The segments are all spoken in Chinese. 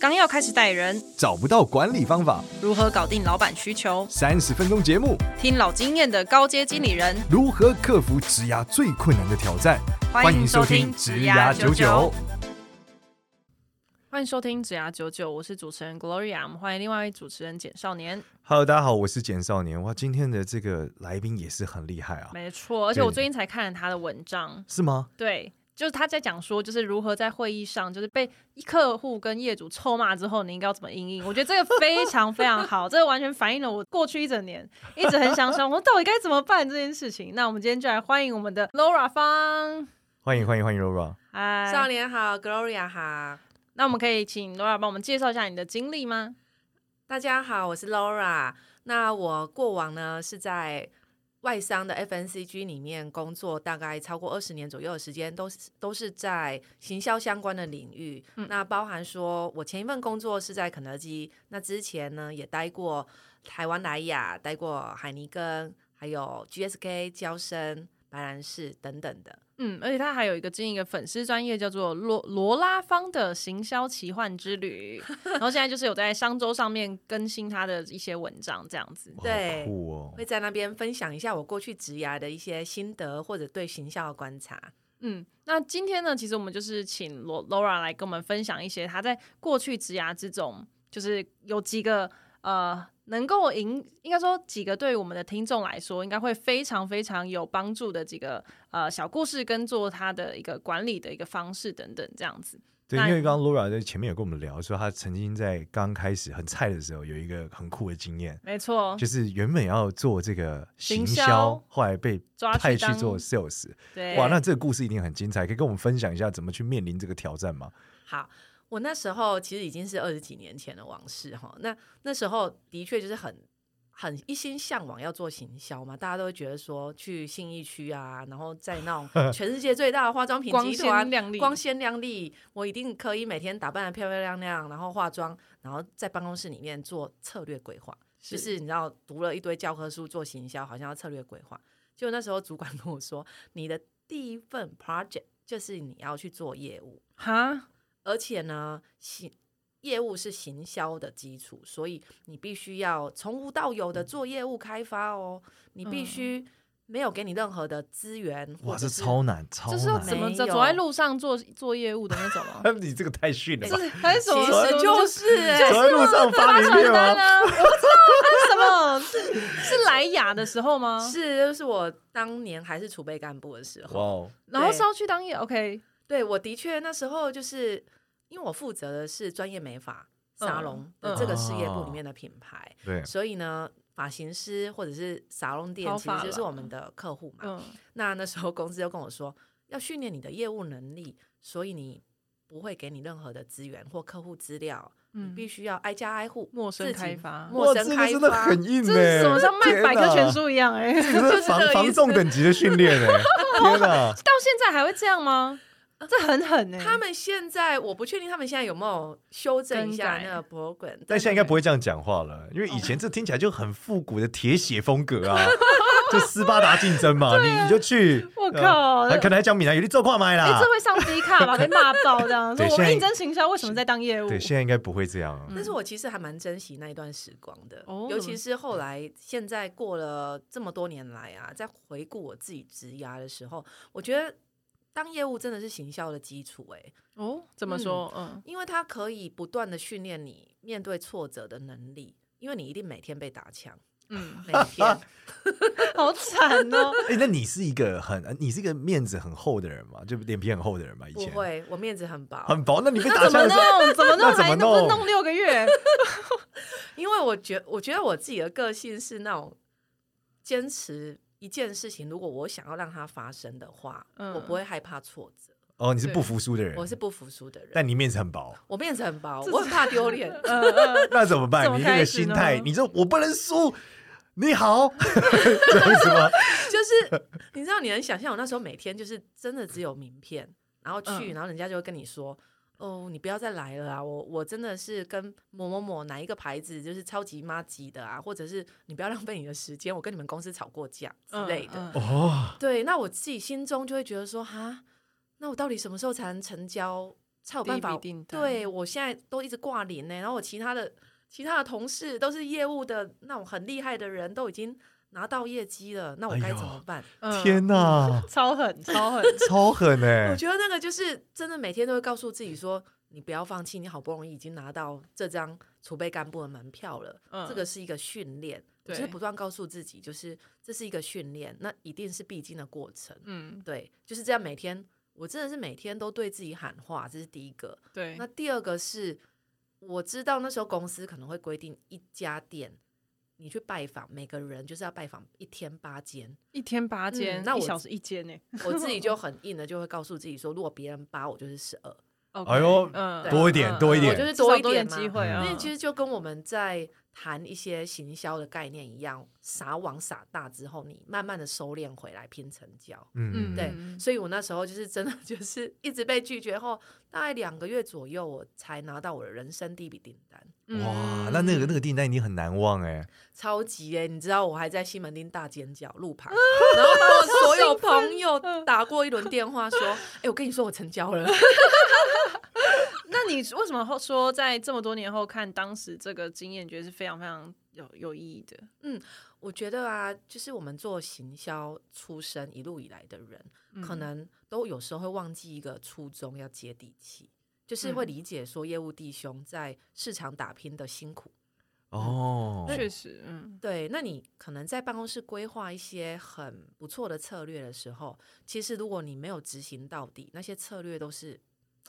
刚要开始带人，找不到管理方法，如何搞定老板需求？三十分钟节目听老经验的高阶经理人，如何克服职涯最困难的挑战？欢迎收听职职涯九九九。欢迎收听《指牙九九》，我是主持人 Gloria，我们欢迎另外一位主持人简少年。 Hello，大家好，我是简少年。哇，今天的这个来宾也是很厉害啊，没错，而且我对最近才看了他的文章，是吗？对。就是他在讲说，就是如何在会议上，就是被客户跟业主臭骂之后，你应该要怎么应应。我觉得这个非常非常 好，这个完全反映了我过去一整年一直很想想，我到底该怎么办这件事情。那我们今天就来欢迎我们的 Laura 方，欢迎欢迎欢迎 Laura。嗨，少年好，Gloria 好，那我们可以请 Laura 帮我们介绍一下你的经历吗？大家好，我是 Laura。那我过往呢是在外商的 FNCG 里面工作，大概超过二十年左右的时间，都是都是在行销相关的领域。那包含说我前一份工作是在肯德基，那之前呢也待过台湾莱雅，待过海尼根，还有 GSK、娇生、白兰氏等等的。嗯，而且他还有一个经营一个粉丝专业叫做罗罗拉方的行销奇幻之旅， 然后现在就是有在商周上面更新他的一些文章这样子。哇对好酷哦会！在那边分享一下我过去职涯的一些心得，或者对行销的观察。嗯，那今天呢，其实我们就是请罗 Laura 来跟我们分享一些他在过去职涯之中，就是有几个呃能够引，应该说几个对于我们的听众来说，应该会非常非常有帮助的几个呃小故事，跟做他的一个管理的一个方式等等这样子。对，因那为刚刚 Laura 在前面有跟我们聊说，她曾经在刚开始很菜的时候有一个很酷的经验，没错，就是原本要做这个行哦行销销，后来被抓去派去当做 sales。对，哇，那这个故事一定很精彩，可以跟我们分享一下怎么去面临这个挑战吗？好，我那时候其实已经是二十几年前的往事哈。那那时候的确就是很很一心向往要做行销嘛，大家都会觉得说去信义区啊，然后在那 种全世界最大的化妆品光集鲜团亮丽光鲜亮丽，我一定可以每天打扮的漂漂亮亮，然后化妆，然后在办公室里面做策略规划。就是是你知道读了一堆教科书做行销，好像要策略规划。就那时候主管跟我说，你的第一份 project 就是你要去做业务。哈，而且呢，行业务是行销的基础，所以你必须要从无到有嗯的做业务开发哦。你必须没有给你任何的资源，哇，或者这是超难，超这是要难！怎么走没有走在路上做做业务的那种 吗？ 你这个太逊了吧！还是什么？其什实么就是、欸走在路上发名传片单吗？啊？我不知道这是什么，是是莱雅的时候吗？是，就是我当年还是储备干部的时哇候，哦，然后是要去当业，OK，对我的确那时候就是因为我负责的是专业美发沙嗯龙嗯的这个事业部里面的品牌， 对，所以呢，发型师或者是沙龙店头其发实就是廊我们的客户嘛。嗯，那那时候公司就跟我说，要训练你的业务能力，所以你不会给你任何的资源或客户资料，嗯你必须要挨家挨户陌生自己开发哇，陌这生个开真的 发。很硬这呢、是什么像卖天百科全哪，书一样哎、这个是就是这防个意思防重等级的训练呢、 天 哪，到现在还会这样吗？这很狠哎、他们现在我不确定他们现在有没有修正一下更改那个 program，但现在应该不会这样讲话了，因为以前这听起来就很复古的铁血风 格啊，就斯巴达竞争嘛，你你就去，啊我呃靠还可能还讲闽南语，你做跨哎、买啦这。会上 D 卡 吧？被骂爆这样，说对我现在们应征行销为什么在当业务？对，现在应该不会这样啊。嗯但是我其实还蛮珍惜那一段时光的，哦尤其是后来现在过了这么多年来啊，在回顾我自己职涯的时候，我觉得当业务真的是行销的基础、欸，哦，怎么说？嗯，因为它可以不断的训练你面对挫折的能力，因为你一定每天被打枪，嗯， 每天好惨哦、哎、那你是一个很，呃你是一个面子很厚的人嘛？就脸皮很厚的人嘛？ 以不前会，我面子很薄，很薄，那你被打那怎枪么的时弄？ 怎候，么弄？那怎么还能不弄弄六个 月？因为我觉我觉得我自己的个性是那种坚持一件事情，如果我想要让它发生的话，嗯我不会害怕挫折，哦，你是不服输的人，我是不服输的人，但你面子 很薄，我面子很薄，我很怕丢脸。嗯嗯，那怎么办？怎么你那开个始心呢态，你说我不能输，你好， 这样子吗？就是你知道，你能想象我那时候每天就是真的只有名片，然后去，嗯然后人家就会跟你说。哦，你不要再来了啊！我我真的是跟某某某哪一个牌子就是超级妈级的啊，或者是你不要浪费你的时间，我跟你们公司吵过架之嗯类的。嗯哦，对，那我自己心中就会觉得说，哈，那我到底什么时候才能成交才有办递法笔订。单对我现在都一直挂零呢，然后我其他的其他的同事都是业务的那种很厉害的人，都已经拿到业绩了，那我哎该呦怎么办？嗯天 哪，超狠，超狠，超狠哎我！觉得那个就是真的，每天都会告诉自己说，你不要放弃，你好不容易已经拿到这张储备干部的门票了，嗯这个是一个训练，我对就是不断告诉自己，就是这是一个训练，那一定是必经的过程。嗯，对，就是这样，每天我真的是每天都对自己喊话，这是第一个。对那，第二个是，我知道那时候公司可能会规定一家店。你去拜访每个人，就是要拜访一天八间。一天八间，嗯那一我小时一间哎呢。我自己就很硬的，就会告诉自己说，如果别人八，我就是十二。 OK，哎呦嗯多一点嗯多一嗯点嗯我就是至少多一多一点点机嘛会啊。因为其实就跟我们在谈一些行销的概念一样，撒网撒大之后，你慢慢的收敛回来拼成交。嗯，对，嗯所以我那时候就是真的就是一直被拒绝后，大概两个月左右，我才拿到我的人生第一笔订单，嗯哇，那那个那个订单一定很难忘哎。超级哎、你知道我还在西门町大尖叫路牌，然后把我所有朋友打过一轮电话说，哎、我跟你说我成交了，那你为什么后说在这么多年后看当时这个经验，觉得是非常非常有有意义的？我觉得啊，就是我们做行销出身一路以来的人，嗯可能都有时候会忘记一个初衷，要接地气，就是嗯会理解说业务弟兄在市场打拼的辛苦。哦，确实，嗯，对，那你可能在办公室规划一些很不错的策略的时候，其实如果你没有执行到底，那些策略都是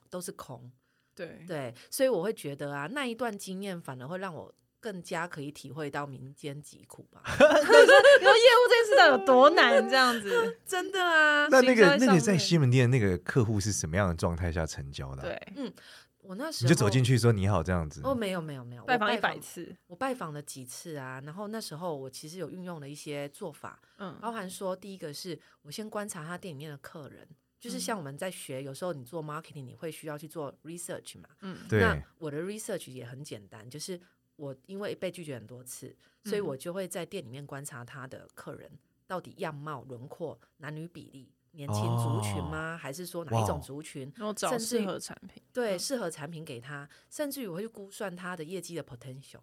都是空。嗯对， 对，所以我会觉得啊，那一段经验反而会让我更加可以体会到民间疾苦吧。 然后业务这件事到底有多难？这样 子，真的啊，那那行个销那个上在面西门店那个客户是什么样的状态下成交的啊？对，我那时你候就走进去说你好这样子。哦，没有没有没有，我拜访一百次，我拜访了几次啊，然后那时候我其实有运用了一些做法，嗯，包含说第一个是我先观察他店里面的客人，就是嗯像我们在学，有时候你做 marketing 你会需要去做 research 嘛，嗯，对那，我的 research 也很简单，就是我因为被拒绝很多次，所以嗯我就会在店里面观察他的客人到底样貌、轮廓、男女比例、年轻族群哦吗？还是说哪一哇种族群？然后找甚至适于合产品，对嗯适合产品给他，甚至于我会去估算他的业绩的 potential，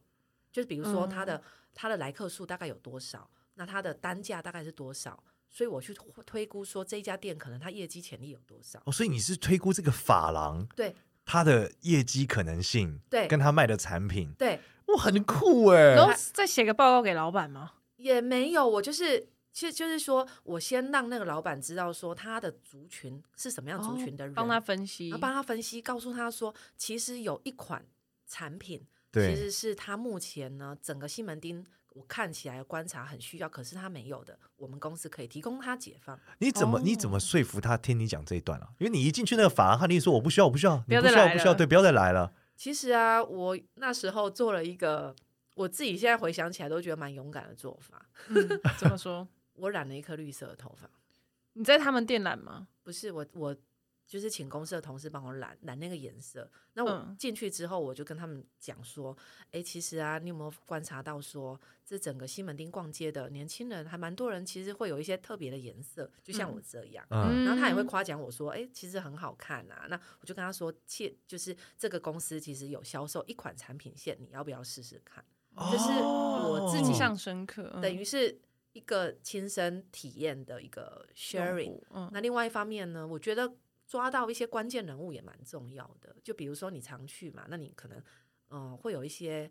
就是比如说他嗯的、他的来客数大概有多少，那他的单价大概是多少，所以我去推推估说这一家店可能它业绩潜力有多少。哦，所以你是推估这个法郎对它的业绩可能性，对跟他卖的产品，对，哇，很酷哎然。后再写个报告给老板吗？也没有，我就是。其实就是说，我先让那个老板知道说他的族群是什么样族群的人，哦帮他分析然后，帮他分析，告诉他说，其实有一款产品，其对，实是他目前呢整个西门町，我看起来观察很需要，可是他没有的，我们公司可以提供他解放。你怎么你怎么哦说服他听你讲这一段啊？因为你一进去那个法郎，他跟你说我不需要，我不需要，不你要不再需要，来不需要，了对，不要再来了。其实啊，我那时候做了一个，我自己现在回想起来都觉得蛮勇敢的做法，嗯怎么说？我染了一颗绿色的头发，你在他们店染 吗？不是我我。就是请公司的同事帮我染染那个颜色。那我嗯进去之后，我就跟他们讲说：“哎、其实啊，你有没有观察到说，这整个西门町逛街的年轻人，还蛮多人其实会有一些特别的颜色，就像嗯我这样。嗯，然后他也会嗯夸奖我说：“哎、其实很好看啊。”那我就跟他说：“切，就是这个公司其实有销售一款产品线，你要不要试试看？”嗯就是我自己印哦象深刻，嗯等于是一个亲身体验的一个 sharing。，嗯那另外一方面呢，我觉得抓到一些关键人物也蛮重要的。就比如说你常去嘛，那你可能嗯、呃会有一些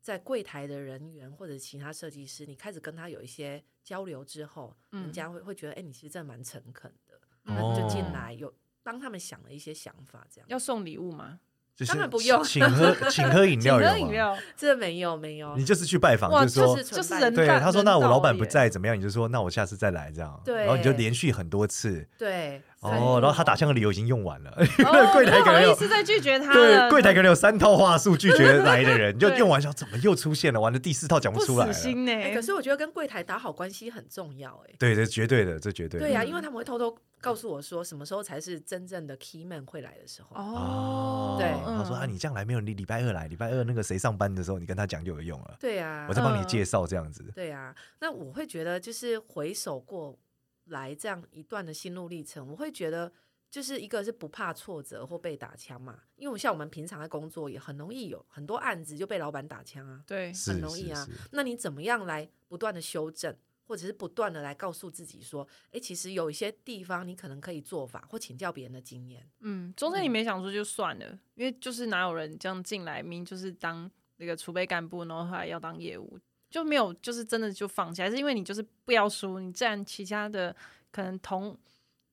在柜台的人员或者其他设计师，你开始跟他有一些交流之后，嗯人家会会觉得哎、诶你其实真的蛮诚恳的，嗯那你就进哦来有帮他们想了一些想法，这样。要送礼物吗？就是当然不用请喝请喝 饮请料，喝饮，料，这没有没有你，啊就是去拜访，哇，是说就纯是拜人对，干他说人那我道老板理不耶在怎么样？你就说那我下次再来这样，对然后你就连续很多次，对，哦，所以然后他打枪的理由已经用完了，哦 柜台不可好能意有思再拒绝他对了，柜台可能有三套话术拒绝来的 人，你就对用完想怎么又出现了，完了第四套讲不出来死了，心呢、哎、可是我觉得跟柜台打好关系很重要、哎。对，这绝对的，这绝对的对呀、因为嗯他们会偷偷告诉我说，什么时候才是真正的 key man 会来的时候。哦，对他说啊，嗯你这样来没有？你礼拜二来，礼拜二那个谁上班的时候，你跟他讲就有用了。对呀、我再帮你嗯介绍这样子，对呀、那我会觉得就是回首过来这样一段的心路历程，我会觉得就是一个是不怕挫折或被打枪嘛，因为像我们平常在工作也很容易有很多案子就被老板打枪啊，对，嗯是很容易啊是是那你怎么样来不断的修正，或者是不断的来告诉自己说，诶，其实有一些地方你可能可以做法，或请教别人的经验。嗯，中间你没想说就算了，因为就是哪有人这样进来，明明就是当那个储备干部，然后后来要当业务，就没有就是真的就放弃，还是因为你就是不要输，你自然其他的可能同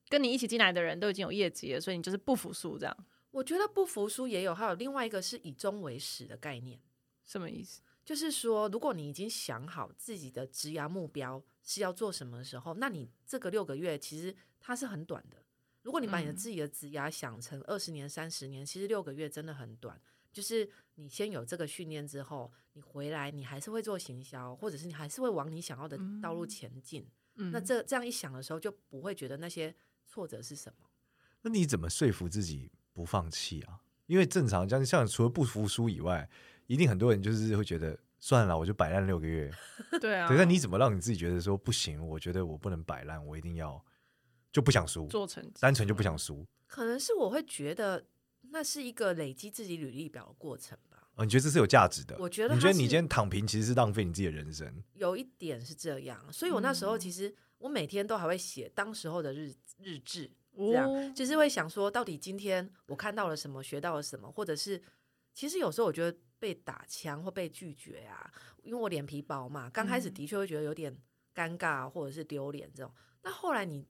跟你一起进来的人都已经有业绩了，所以你就是不服输，这样我觉得不服输也有，还有另外一个是以终为始的概念，什么意思？就是说，如果你已经想好自己的职涯目标是要做什么的时候，那你这个六个月其实它是很短的。如果你把你的嗯自己的职涯想成二十年、三十年，其实六个月真的很短。就是你先有这个训练之后，你回来你还是会做行销，或者是你还是会往你想要的道路前进。嗯，那这这样一想的时候，就不会觉得那些挫折是什么。那你怎么说服自己不放弃啊？因为正常像像除了不服输以外，一定很多人就是会觉得算了，我就摆烂六个月。对啊，对，那你怎么让你自己觉得说不行？我觉得我不能摆烂，我一定要就不想输，做成绩单纯就不想输。可能是我会觉得那是一个累积自己履历表的过程吧。哦，你觉得这是有价值的？我觉得你它觉得你是今天躺平其实是浪费你自己的人生。有一点是这样，所以我那时候嗯其实我每天都还会写当时候的日日志，这样、哦就是会想说，到底今天我看到了什么，学到了什么，或者是其实有时候我觉得被打枪或被拒绝啊，因为我脸皮薄嘛，刚开始嗯的确会觉得有点尴尬啊或者是丢脸这种，那后来你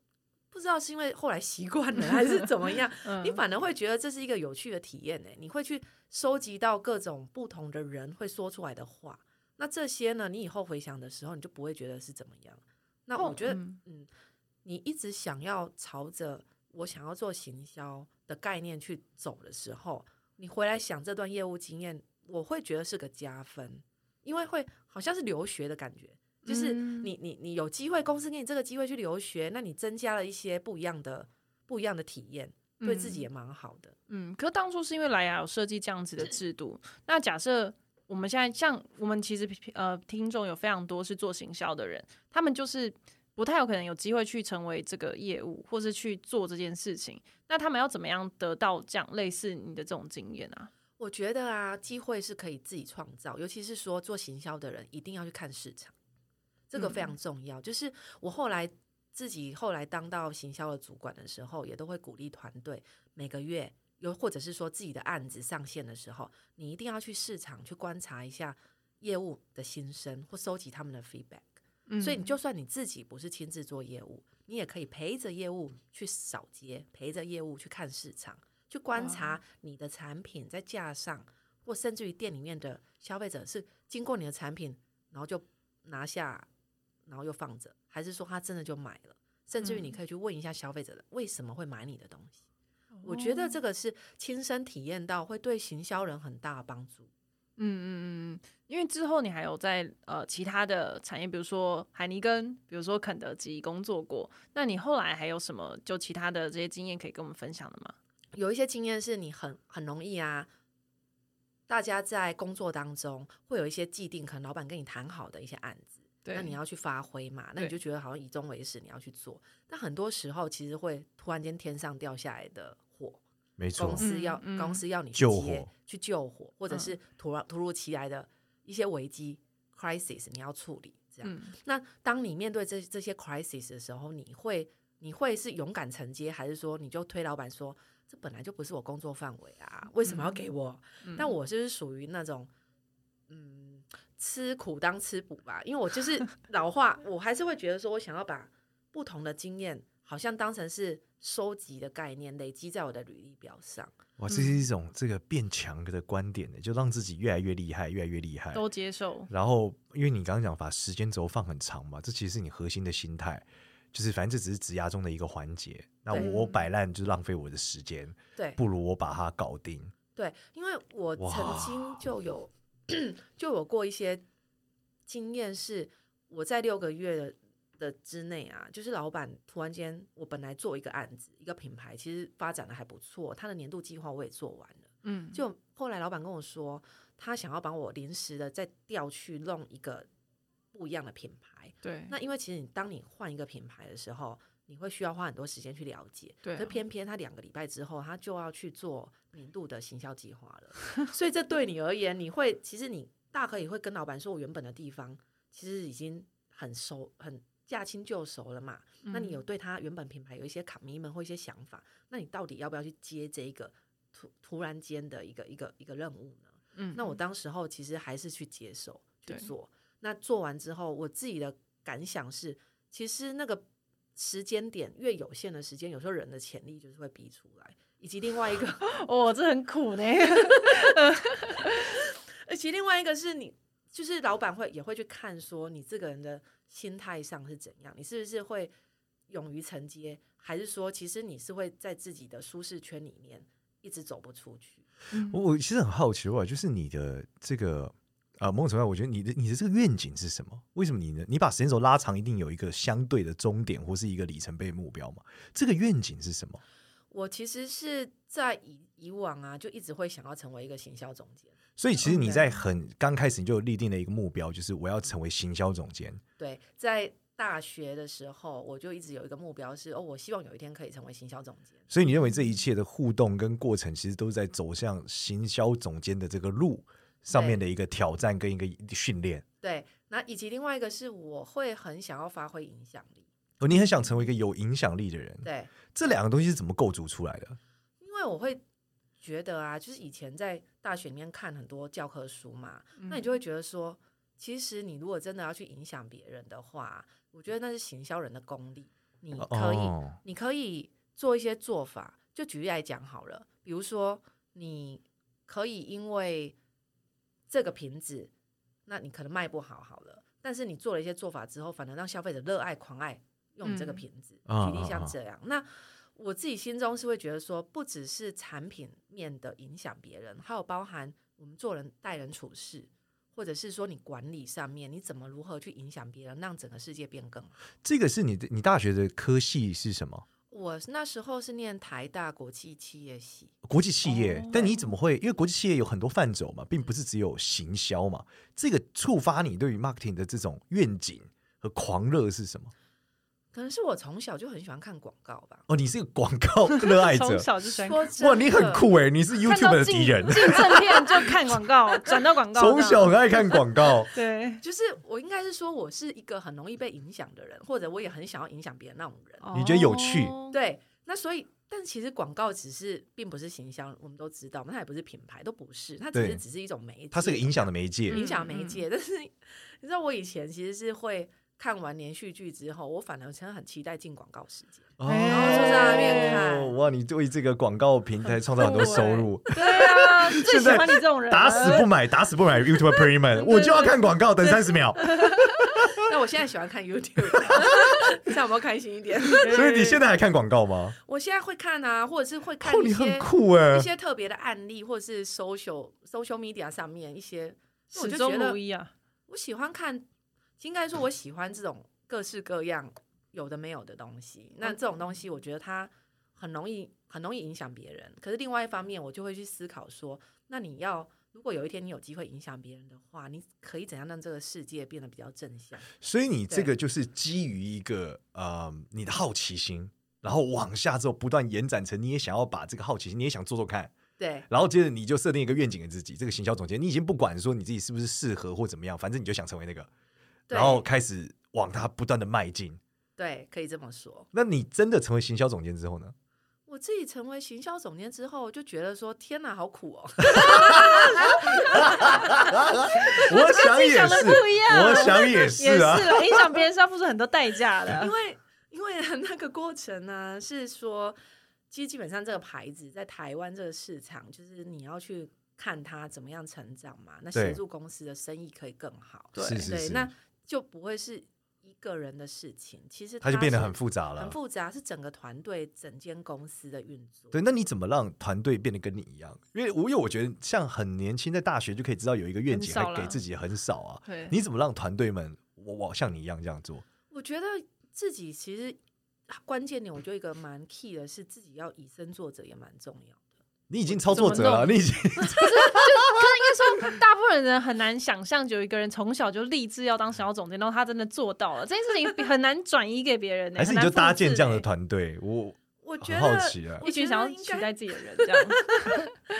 不知道是因为后来习惯了还是怎么样， 嗯你反而会觉得这是一个有趣的体验呢、欸你会去收集到各种不同的人会说出来的话，那这些呢，你以后回想的时候，你就不会觉得是怎么样。那哦我觉得，嗯嗯，你一直想要朝着我想要做行销的概念去走的时候，你回来想这段业务经验，我会觉得是个加分，因为会好像是留学的感觉，就是嗯你你你有机会，公司给你这个机会去留学，那你增加了一些不一样的不一样的体验，对自己也蛮好的。嗯，可是当初是因为莱雅有设计这样子的制度。那假设我们现在像我们其实呃听众有非常多是做行销的人，他们就是不太有可能有机会去成为这个业务，或是去做这件事情。那他们要怎么样得到这样类似你的这种经验啊？我觉得啊，机会是可以自己创造，尤其是说做行销的人一定要去看市场，这个非常重要。就是我后来自己后来当到行销的主管的时候，也都会鼓励团队每个月有或者是说自己的案子上线的时候，你一定要去市场去观察一下业务的心声或收集他们的 feedback。所以嗯你就算你自己不是亲自做业务，你也可以陪着业务去扫街，陪着业务去看市场，去观察你的产品在架上，或甚至于店里面的消费者是经过你的产品，然后就拿下，然后又放着，还是说他真的就买了？甚至于你嗯可以去问一下消费者的为什么会买你的东西。我觉得这哦个是亲身体验到，会对行销人很大的帮助。嗯嗯嗯，嗯，因为之后你还有在呃其他的产业，比如说海尼根，比如说肯德基工作过，那你后来还有什么就其他的这些经验可以跟我们分享的吗？有一些经验是你很很容易啊，大家在工作当中会有一些既定，可能老板跟你谈好的一些案子，对那你要去发挥嘛，那你对就觉得好像以终为始，你要去做。但很多时候其实会突然间天上掉下来的火，没错公，司嗯要、嗯公司要你去救接火去救火，或者嗯是突然突如其来的一些危机 crisis，你要处理这样。嗯那当你面对这这些 crisis 的时候，你会你会是勇敢承接，还是说你就推老板说这本来就不是我工作范围啊，为什么要给我？嗯但我就是属于那种，嗯，吃苦当吃补吧，因为我就是 老话，我还是会觉得说我想要把不同的经验，好像当成是收集的概念，累积在我的履历表上。哇，这是嗯一种这个变强的观点呢，就让自己越来越厉害，越来越厉害。都接受，然后，因为你刚刚讲把时间轴放很长嘛，这其实是你核心的心态，就是反正这只是职涯中的一个环节。那对我我摆烂就浪费我的时间，对不如我把它搞定。对，因为我曾哇经就有 就有过一些经验，是我在六个月的的之内啊，就是老板突然间，我本来做一个案子，一个品牌，其实发展的还不错，他的年度计划我也做完了。嗯，就后来老板跟我说，他想要把我临时的再调去弄一个不一样的品牌。对，那因为其实你当你换一个品牌的时候，你会需要花很多时间去了解。对啊可偏偏他两个礼拜之后，他就要去做年度的行销计划了， 所以这对你而言，你会其实你大可以会跟老板说，我原本的地方其实已经很熟，很驾轻就熟了嘛。嗯那你有对他原本品牌有一些 commitment 或一些想法，那你到底要不要去接这一个突突然间的一个一个一个任务呢？嗯，那我当时候其实还是去接受去对做。那做完之后，我自己的感想是，其实那个时间点越有限的时间，有时候人的潜力就是会逼出来，以及另 外一个，哦，这很苦 呢。而且另外一个是你，就是老板会也会去看说你这个人的心态上是怎样，你是不是会勇于承接，还是说其实你是会在自己的舒适圈里面一直走不出去？我嗯我其实很好奇哇，就是你的这个啊、呃，某种程度上，我觉得你的你的这个愿景是什么？为什么你呢？你把时间轴拉长，一定有一个相对的终点或是一个里程碑目标嘛？这个愿景是什么？我其实是在以以往啊，就一直会想要成为一个行销总监。所以其哦实你 OK 在很刚开始你就立定了一个目标，就是我要成为行销总监。对，在大学的时候，我就一直有一个目标是，哦，我希望有一天可以成为行销总监。所以你认为这一切的互动跟过程，其实都是在走向行销总监的这个路上面的一个挑战跟一个训练。对，那以及另外一个是，我会很想要发挥影响力。哦，你很想成为一个有影响力的人，对，这两个东西是怎么构筑出来的？因为我会觉得啊，就是以前在大学里面看很多教科书嘛，嗯那你就会觉得说，其实你如果真的要去影响别人的话，我觉得那是行销人的功力，你嗯可以哦你可以做一些做法。就举例来讲好了，比如说你可以因为这个瓶子，那你可能卖不好好了，但是你做了一些做法之后，反而让消费者热爱狂爱用你这个嗯瓶子。啊举例啊像啊这样，那我自己心中是会觉得说，不只是产品面的影响别人，还有包含我们做人待人处事。或者是说你管理上面，你怎么如何去影响别人，让整个世界变更好？这个是你的你大学的科系是什么？我那时候是念台大国际企业系，国际企业，哦但你怎么会？因为国际企业有很多范畴嘛，并不是只有行销嘛。这个触发你对于 marketing 的这种愿景和狂热是什么？可能是我从小就很喜欢看广告吧。哦，你是个广告热爱 从者，小就喜欢看说真哇，你很的，酷哎，你是看 YouTube 到的进敌人，进正片就看广告，转到广告这样。从小很爱看广 告。对，就是我应该是说我是一个很容易被影响的人，或者我也很想要影响别人那种人。你觉得有趣哦？对，那所以，但其实广告只是并不是形象，我们都知道嘛，它也不是品牌，都不是，它只对是只是一种媒介，它是个影响的媒介，影响嗯媒嗯介。但 是你知道，我以前其实是会看完连续剧之后，我反而真的很期待进广告时间。哦然后坐在那边看哇，你为这个广告平台创造很多收入， 对 啊，最喜欢你这种人，啊打死不买，打死不买 YouTube Premium，我就要看广告，等三十秒。那我现在喜欢 看 YouTube，这样有没有开心一点？所以你现在还看广告吗？我现在会看啊，或者是会看哦，一你很些酷哎一！些特别的案例，或者是 social social media 上面一些，我始就终觉得如一啊。我喜欢看，应该说我喜欢这种各式各样有的没有的东西。嗯那这种东西，我觉得它很容易很容易影响别人。可是另外一方面，我就会去思考说，那你要如果有一天你有机会影响别人的话，你可以怎样让这个世界变得比较正向？所以你这个就是基于一个呃你的好奇心，然后往下之后不断延展成你也想要把这个好奇心，你也想做做看，对然后接着你就设定一个愿景给自己，这个行销总监，你已经不管说你自己是不是适合或怎么样，反正你就想成为那个，对然后开始往它不断的迈进。对，可以这么说。那你真的成为行销总监之 后呢？我自己成为行销总监之后，就觉得说天哪，好苦哦！ 我想也想的是，不一样我想也也是是啊。啊，影响别人是要付出很多代价的 因。为因为那个过程呢，是说，其实基本上这个牌子在台湾这个市场，就是你要去看它怎么样成长嘛，那对协助公司的生意可以更好。对 是是对，是，那就不会是一个人的事情，其实它就它变得是很复杂了很。复杂，是整个团队、整间公司的运作。对，那你怎么让团队变得跟你一样？因为我因为我觉得像很年轻，在大学就可以知道有一个愿很景，少还啦给自己很少啊。对，你怎么让团队们我我像你一样这样做？我觉得自己其实关键点，我觉得一个蛮 key 的是自己要以身作则，也蛮重要的。你已经操作者了，怎么弄你已经可是应该说，大部分人很难想象，有一个人从小就立志要当小总监，然后他真的做到了，这件事情比很难转移给别人、欸，还是你很就难搭复制建这样的欸团队？我我觉很得好奇啊，一群想要应取该代自己的人，这样，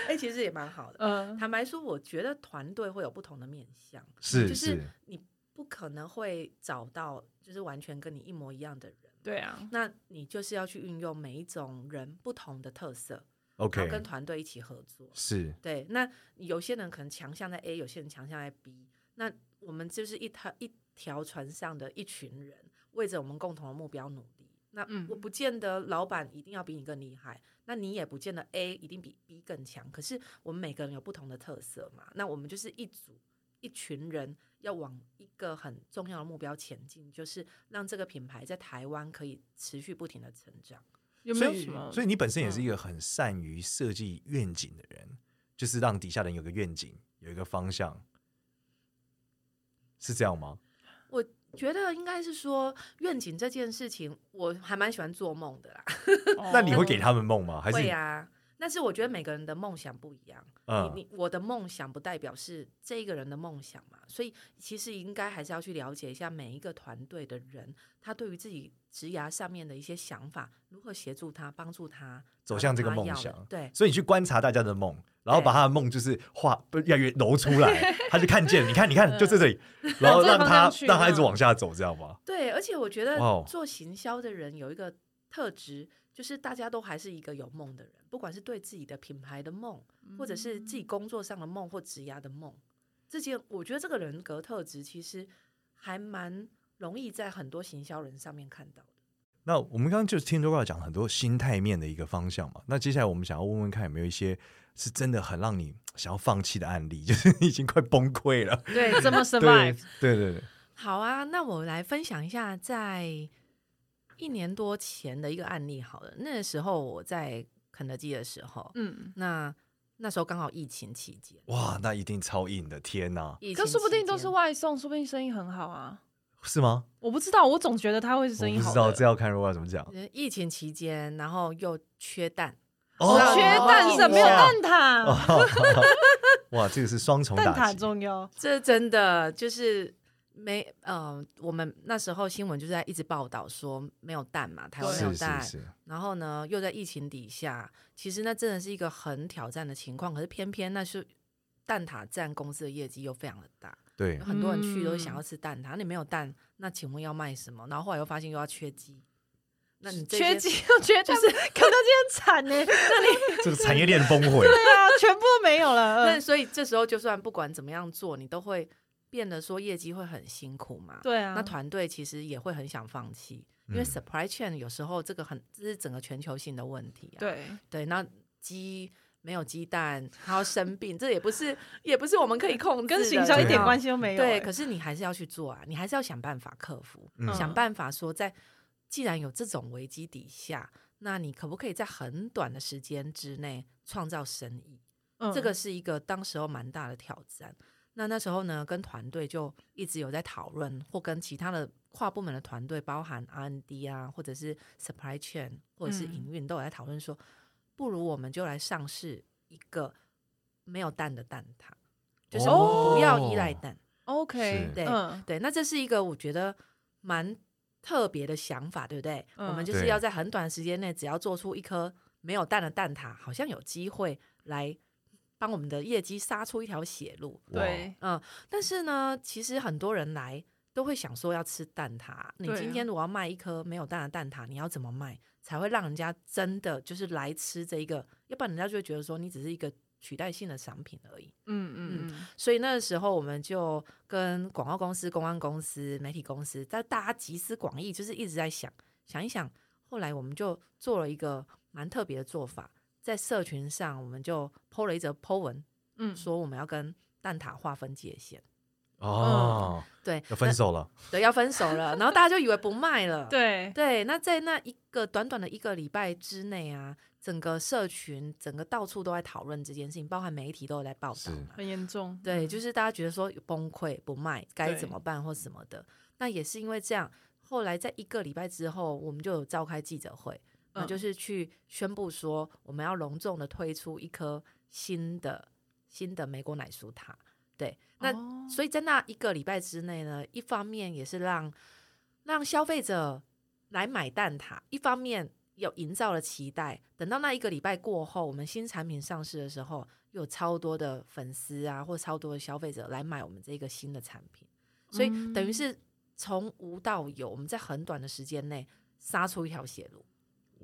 哎、其实也蛮好的。 嗯、坦白说，我觉得团队会有不同的面向，嗯是就是是，你不可能会找到就是完全跟你一模一样的人，对啊，那你就是要去运用每一种人不同的特色，然 OK，后跟团队一起合作。是对，那有些人可能强项在 A，有些人强项在 B，那我们就是一条一条船上的一群人，为着我们共同的目标努力。那嗯我不见得老板一定要比你更厉害，那你也不见得 A 一定比 B 更强。可是我们每个人有不同的特色嘛，那我们就是一组一群人，要往一个很重要的目标前进，就是让这个品牌在台湾可以持续不停的成长。有没有所以什么？嗯所以你本身也是一个很善于设计愿景的人，就是让底下人有个愿景，有一个方向，是这样吗？我觉得应该是说愿景这件事情，我还蛮喜欢做梦的啦。哦那你会给他们梦 吗？还是会你啊，但是我觉得每个人的梦想不一样。你嗯你我的梦想不代表是这个人的梦想嘛，所以其实应该还是要去了解一下每一个团队的人，他对于自己职涯上面的一些想法，如何协助他、帮助他走向这个达到梦他要的想对，所以你去观察大家的梦，然后把他的梦就是画不越来越揉出 来，他就看见，你看，你看，就在这里，然后往这个让方向他去让他一直嗯往下走，这样吗？对，而且我觉哇哦得做行销的人有一个特质，就是大家都还是一个有梦的人，不管是对自己的品牌的梦，或者是嗯自己工作上的梦或职涯的梦，这件我觉得这个人格特质其实还蛮容易在很多行销人上面看到的。那我们刚刚就听 Laura 讲很多心态面的一个方向嘛，那接下来我们想要问问看有没有一些是真的很让你想要放弃的案例， 就是你已经快崩溃了。对怎么 对 survive？对对对， 好啊，那我来分享一下在一年多前的一个案例好了。那时候我在肯德基的时候，嗯，那那时候刚好疫情期间，哇，那一定超硬的，天哪，疫可情说不定期都间是外送，说不定生意很好啊。是吗？我不知道，我总觉得他会是我生意不好知道，的。这要看 Laura 怎么讲。呃疫情期间，然后又缺蛋，我哦缺蛋哦什么？没有哇蛋哦挞，哇，这个是双重蛋打挞击。重要。这真的就是没呃，我们那时候新闻就在一直报道说没有蛋嘛，台湾没有是蛋是，是，然后呢又在疫情底下，其实那真的是一个很挑战的情况。可是偏偏那是蛋挞占公司的业绩又非常的大， 对有，很多人去都想嗯要吃蛋挞，你没有蛋，那请问要卖什么？然后后来又发现又要缺鸡，那你这缺鸡些 又缺，就是肯德基很惨呢。这个产业链崩毁。对啊，全部都没有了。那嗯所以这时候就算不管怎么样做，你都会变得说业绩会很辛苦嘛。、对啊，那团队其实也会很想放弃，因为嗯 supply chain 有时候这个很这是整个全球性的问题啊。对对，那鸡没有鸡蛋，它要生病，这也不是也不是我们可以控制的，跟行销一啊点关系系都没有欸。对，可是你还是要去做啊，你还是要想办法克服，嗯想办法说在既然有这种危机底下。那你可不可以在很短的时间之内创造生意？嗯这个是一个当时候蛮大的挑战。那那时候呢，跟团队就一直有在讨论，或跟其他的跨部门的团队，包含 R&D 啊，或者是 supply chain，或者是嗯营运，都有在讨论说，不如我们就来上市一个没有蛋的蛋挞，就是我们不要依哦赖蛋。 OK，是对嗯对，那这是一个我觉得蛮特别的想法，对不对？嗯我们就是对要在很短的时间内，只要做出一颗没有蛋的蛋挞，好像有机会来帮我们的业绩杀出一条血路。对，嗯，但是呢，其实很多人来都会想说要吃蛋挞，你对今啊天如果要卖一颗没有蛋的蛋挞，你要怎么卖才会让人家真的就是来吃这一个？要不然人家就会觉得说你只是一个取代性的商品而已。嗯嗯嗯，所以那时候我们就跟广告公司、公关公司、媒体公司，在大家集思广益，就是一直在想想一想。后来我们就做了一个蛮特别的做法，在社群上我们就 PO 了一则 PO 文，嗯说我们要跟蛋挞划分界限，嗯哦，对，要分 手了，那对，要分手了。然后大家就以为不卖了，对，对。那在那一个短短的一个礼拜之内啊，整个社群、整个到处都在讨论这件事情，包含媒体都有在报是道嘛。很严重。对，嗯就是大家觉得说崩溃不卖该对怎么办或什么的，那也是因为这样，后来在一个礼拜之后，我们就有召开记者会，那嗯就是去宣布说我们要隆重的推出一颗新的新的美国奶酥塔。对，那、哦所以在那一个礼拜之内呢，一方面也是让让消费者来买蛋挞，一方面有营造了期待。等到那一个礼拜过后，我们新产品上市的时候，有超多的粉丝啊，或超多的消费者来买我们这个新的产品，所以嗯等于是从无到有，我们在很短的时间内杀出一条血路。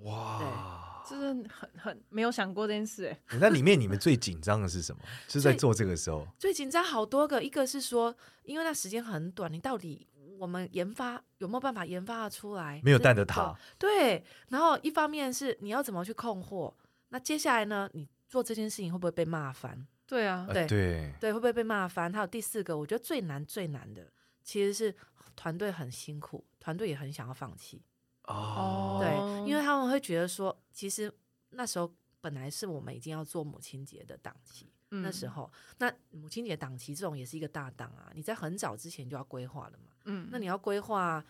哇！就是很很没有想过这件事、欸，那里面你们最紧张的是什么？就是在最做这个时候，最紧张好多个，一个是说，因为那时间很短，你到底我们研发有没有办法研发得出来？没有这蛋的个塔，对，然后一方面是你要怎么去控货，那接下来呢，你做这件事情会不会被骂翻？对啊，呃对对，对，会不会被骂翻？还有第四个，我觉得最难最难的其实是团队很辛苦，团队也很想要放弃，哦，对哦，因为他们会觉得说，其实那时候本来是我们已经要做母亲节的档期，嗯那时，候那母亲节档期这种也是一个大档啊，你在很早之前就要规划了嘛。嗯，那你要规划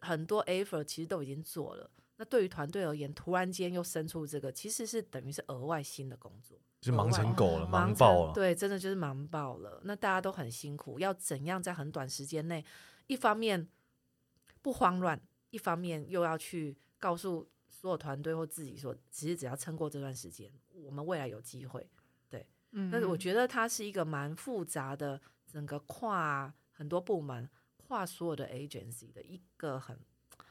很多 effort，其实都已经做了。那对于团队而言，突然间又生出这个，其实是等于是额外新的工作，就是忙成狗了，哦忙成爆了，对，真的就是忙爆了。那大家都很辛苦，要怎样在很短时间内，一方面不慌乱，一方面又要去告诉所有团队或自己说，其实只要撑过这段时间，我们未来有机会。嗯，但是我得觉得它是一个蛮复杂的，整个跨很多部门、跨所有的 agency 的一个很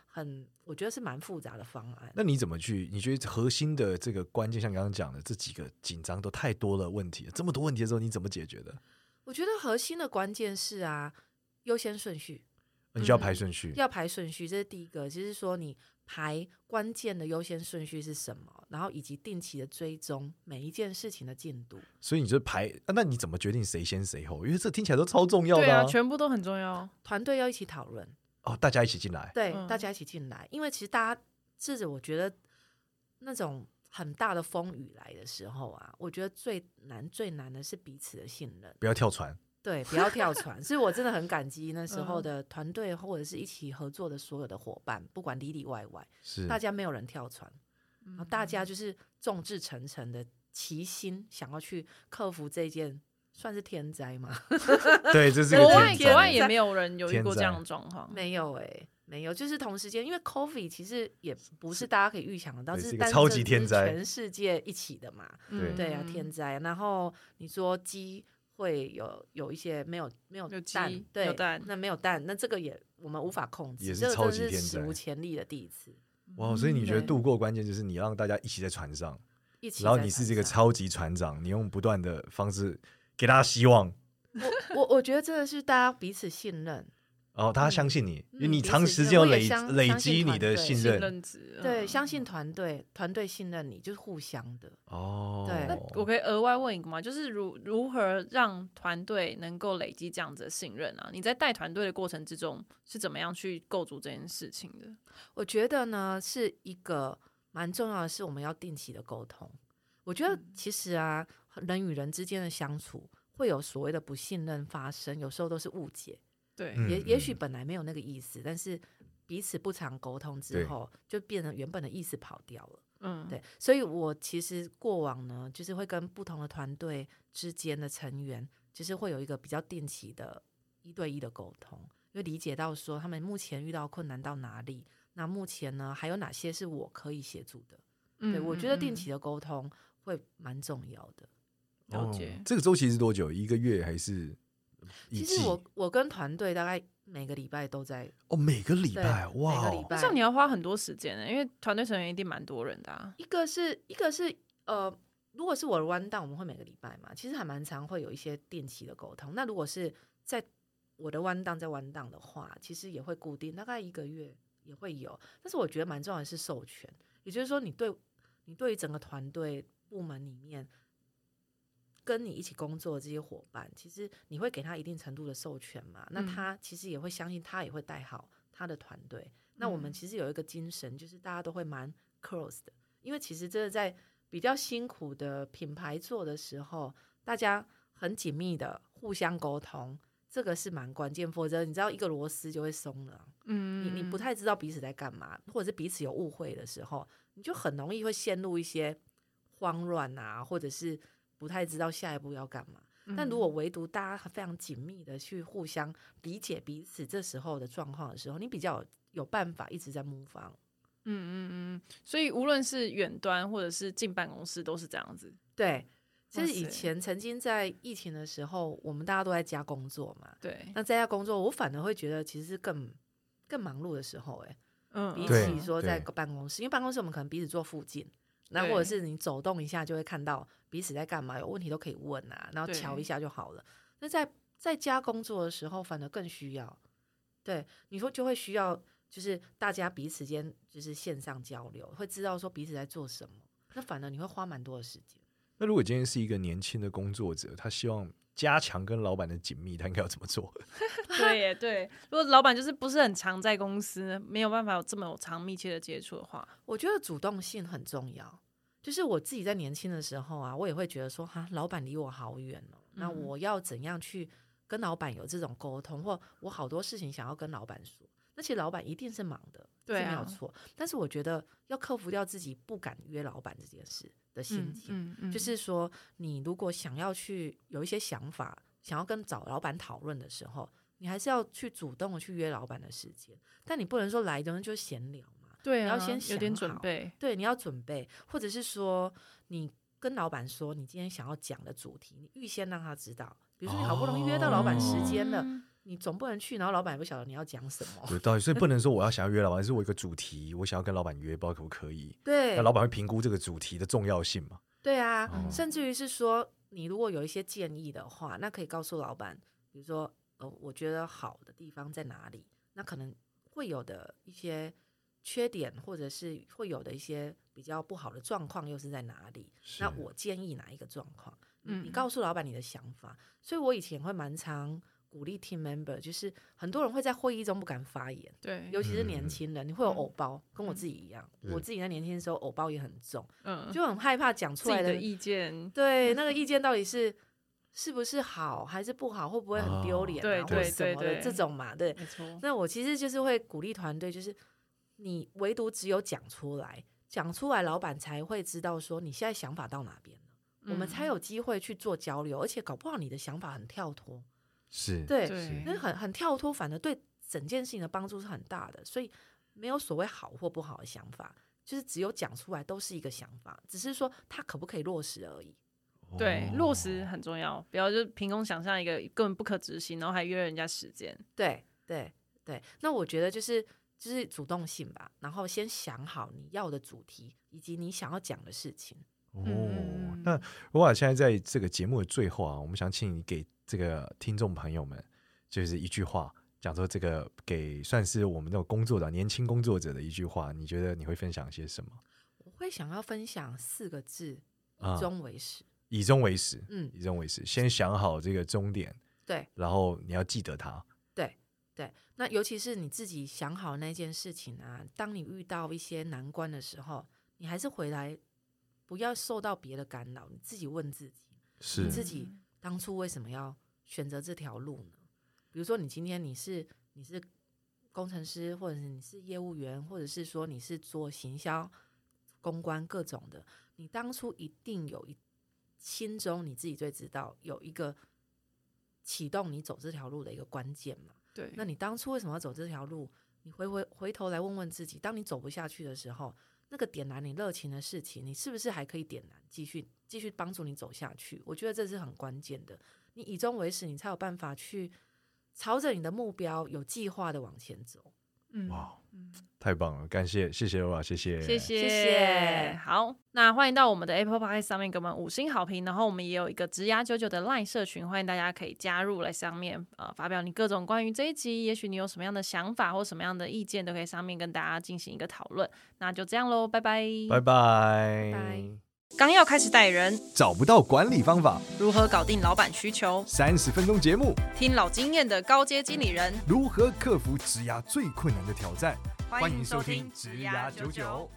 很，我觉得是蛮复杂的方案。那你怎么去？你觉得核心的这个关键，像刚刚讲的这几个紧张都太多了问题了，这么多问题的时候，你怎么解决的？我觉得核心的关键是啊，优先顺序你就要嗯排顺序，要排顺序，这是第一个，就是说你排关键的优先顺序是什么，然后以及定期的追踪每一件事情的进度。所以你就排、啊那你怎么决定谁先谁后？因为这听起来都超重要对的、啊，全部都很重要，团队要一起讨论，哦，大家一起进来，对，嗯大家一起进来，因为其实大家这着我觉得那种很大的风雨来的时候啊，我觉得最难最难的是彼此的信任，不要跳船。对，不要跳 船。所以我真的很感激那时嗯候的团队或者是一起合作的所有的伙伴，不管里里外外，是嗯大家没有人跳船，嗯然后大家就是众志成城的齐心，想要去克服这件算是天灾吗？对，这是一国个外天国外灾。也没有人有遇天过这样灾的状况，没有哎、没有，就是同时间，因为 COVID 其实也不是大家可以预想得到，对是是一个但是超这级只天是灾全世界一起的嘛，对嗯对啊，天灾。然后你说鸡会有有一些没有没有有蛋，鸡对，有蛋那没有蛋，那这个也我们无法控制，也是这个超真级的是天史灾无前例的第一次，哇，所以你觉得对度过关键就是你让大家一起在船上，嗯一起在然船上。后你是这个超级船长，你用不断的方式给大家希望， 我我我觉得真的是大家彼此信任，然后大家哦相信你，因为你嗯彼此长时间有我也累相累相信积你团的队信信任。任值，对，嗯相信团队，团队信任你就是互相的。哦，对那我可以额外问一个吗？就是如如何让团队能够累积这样子的信任啊？你在带团队的过程之中是怎么样去构筑这件事情的？我觉得呢，是一个蛮重要的，是我们要定期的沟通。我觉嗯得其实啊，人与人之间的相处会有所谓的不信任发生，有时候都是误解，对，嗯也也许本来没有那个意思，但是彼此不常沟通对之后，就变成原本的意思跑掉了。嗯，对，所以我其实过往呢，就是会跟不同的团队之间的成员，就是会有一个比较定期的一对一的沟通，因为理解到说他们目前遇到困难到哪里，那目前呢还有哪些是我可以协助的。嗯，对，我觉得定期的的沟通会蛮重要的。了解哦。这个周期是多久？一个月还是一其季？实我我跟团队大概每个礼拜都在，哦，每个礼对拜每哇个哦礼，那拜这样你要花很多时间呢、欸因为团队成员一定蛮多人的啊。一个是一个是呃，如果是我的弯道，我们会每个礼拜嘛，其实还蛮常会有一些定期的沟通。那如果是在我的弯档在弯档的话，其实也会固定，大概一个月也会有。但是我觉得蛮重要的是授权，也就是说你对你对于整个团队部门里面跟你一起工作的这些伙伴，其实你会给他一定程度的授权嘛？那嗯他其实也会相信，他也会带好他的团队。那我们嗯其实有一个精神，就是大家都会蛮 close 的，因为其实真的在比较辛苦的品牌做的时候，大家很紧密的互相沟通，这个是蛮关键，否则你知道一个螺丝就会松了啊。嗯，你你不太知道彼此在干嘛，或者是彼此有误会的时候，你就很容易会陷入一些慌乱啊，或者是不太知道下一步要干嘛。嗯但如果唯独大家非常紧密的去互相理解彼此这时候的状况的时候，你比较有有办法一直在 move on。嗯嗯嗯，所以无论是远端或者是进办公室都是这样子。对，其哇实以塞前曾经在疫情的时候，我们大家都在家工作嘛，对，那在家工作，我反而会觉得其实是更更忙碌的时候、欸，嗯，比对起说在对办公室，因为办公室我们可能彼此坐附近，那对或者是你走动一下就会看到彼此在干嘛，有问题都可以问啊，然后对瞧一下就好了。那在在家工作的时候，反而更需要，对你说就会需要，就是大家彼此间就是线上交流，会知道说彼此在做什么，那反而你会花蛮多的时间。那如果今天是一个年轻的工作者，他希望加强跟老板的紧密，他应该要怎么 做？对耶，对。如果老板就是不是很常在公司，没有办法有这么有长密切的接触的话，我觉得主动性很重要。就是我自己在年轻的时候啊，我也会觉得说，哈，老板离我好远哦，那嗯我要怎样去跟老板有这种沟通，或我好多事情想要跟老板说，那其实老板一定是忙的，对是没有啊错。但是我觉得要克服掉自己不敢约老板这件事的心嗯情，嗯嗯，就是说，你如果想要去有一些想法，想要跟找老板讨论的时候，你还是要去主动的去约老板的时间，但你不能说来的人就闲聊嘛。对你啊，要先有点想准好备。对，你要准备，或者是说你跟老板说你今天想要讲的主题，你预先让他知道。比如说你好不容易约到老板时间了，哦嗯你总不能去，然后老板也不晓得你要讲什么。有道理，所以不能说我要想要约老板，是我一个主题，我想要跟老板约，不知道可不可以？ 对那，老板会评估这个主题的重要性嘛？对啊，哦甚至于是说你如果有一些建议的话，那可以告诉老板，比如说呃，我觉得好的地方在哪里，那可能会有的一些缺点，或者是会有的一些比较不好的状况又是在哪里。那是我建议哪一个状况？你你嗯告诉老板你的想法。所以我以前会蛮常鼓励 team member，就是很多人会在会议中不敢发言，对，尤其是年嗯轻人，你会有嗯偶包，跟我嗯自己一样。是我自己在年轻的时候偶包也很重，嗯，就很害怕讲出自己来的的意见，对那个嗯意见到底是。是不是好还是不好，会不会很丢哦脸对啊，或对者什对么的对嗯这种嘛？对，没错，那我其实就是会鼓励团队，就是你唯独只有讲出来，讲出来，老板才会知道说你现在想法到哪边了，我们才嗯有机会去做交流，而且搞不好你的想法很跳脱，是，对，嗯对那很很跳脱，反而对整件事情的帮助是很大的，所以没有所谓好或不好的想法。就是只有讲出来都是一个想法，只是说它可不可以落实而已。对哦落实很重要，不要就凭空想象一个根本不可执行，然后还约人家时间。对对对，那我觉得就是就是主动性吧，然后先想好你要的主题以及你想要讲的事情。哦嗯嗯。那罗瓦现在在这个节目的最后啊，我们想请你给这个听众朋友们，就是一句话，讲说这个给算是我们这种工作者、年轻工作者的一句话，你觉得你会分享些什么？我会想要分享四个字：啊以终为始。以终为始，嗯，以终为始，先想好这个终点，对然后你要记得它。对。那尤其是你自己想好那件事情啊，当你遇到一些难关的时候，你还是回来，不要受到别的干扰，你自己问自己，是你自己当初为什么要选择这条路呢？比如说，你今天你是你是工程师，或者是你是业务员，或者是说你是做行销、公关各种的，你当初一定有一心中你自己最知道有一个启动你走这条路的一个关键嘛。嗯对，那你当初为什么要走这条路？你回回回头来问问自己，当你走不下去的时候，那个点燃你热情的事情，你是不是还可以点燃，继续继续帮助你走下去？我觉得这是很关键的。你以终为始，你才有办法去朝着你的目标有计划的往前走。嗯哇，太棒了，感谢，谢谢罗瓦，谢谢，谢谢，谢谢好，那欢迎到我们的 Apple Podcast 上面给我们五星好评，然后我们也有一个直牙九九的 LINE 社群，欢迎大家可以加入来上面呃发表你各种关于这一集，也许你有什么样的想法或什么样的意见，都可以上面跟大家进行一个讨论。那就这样喽，拜拜。拜拜。拜刚要开始带人，找不到管理方法，如何搞定老板需求？三十分钟节目听老经验的高阶经理人，如何克服职涯最困难的挑战？欢迎收听职涯九九。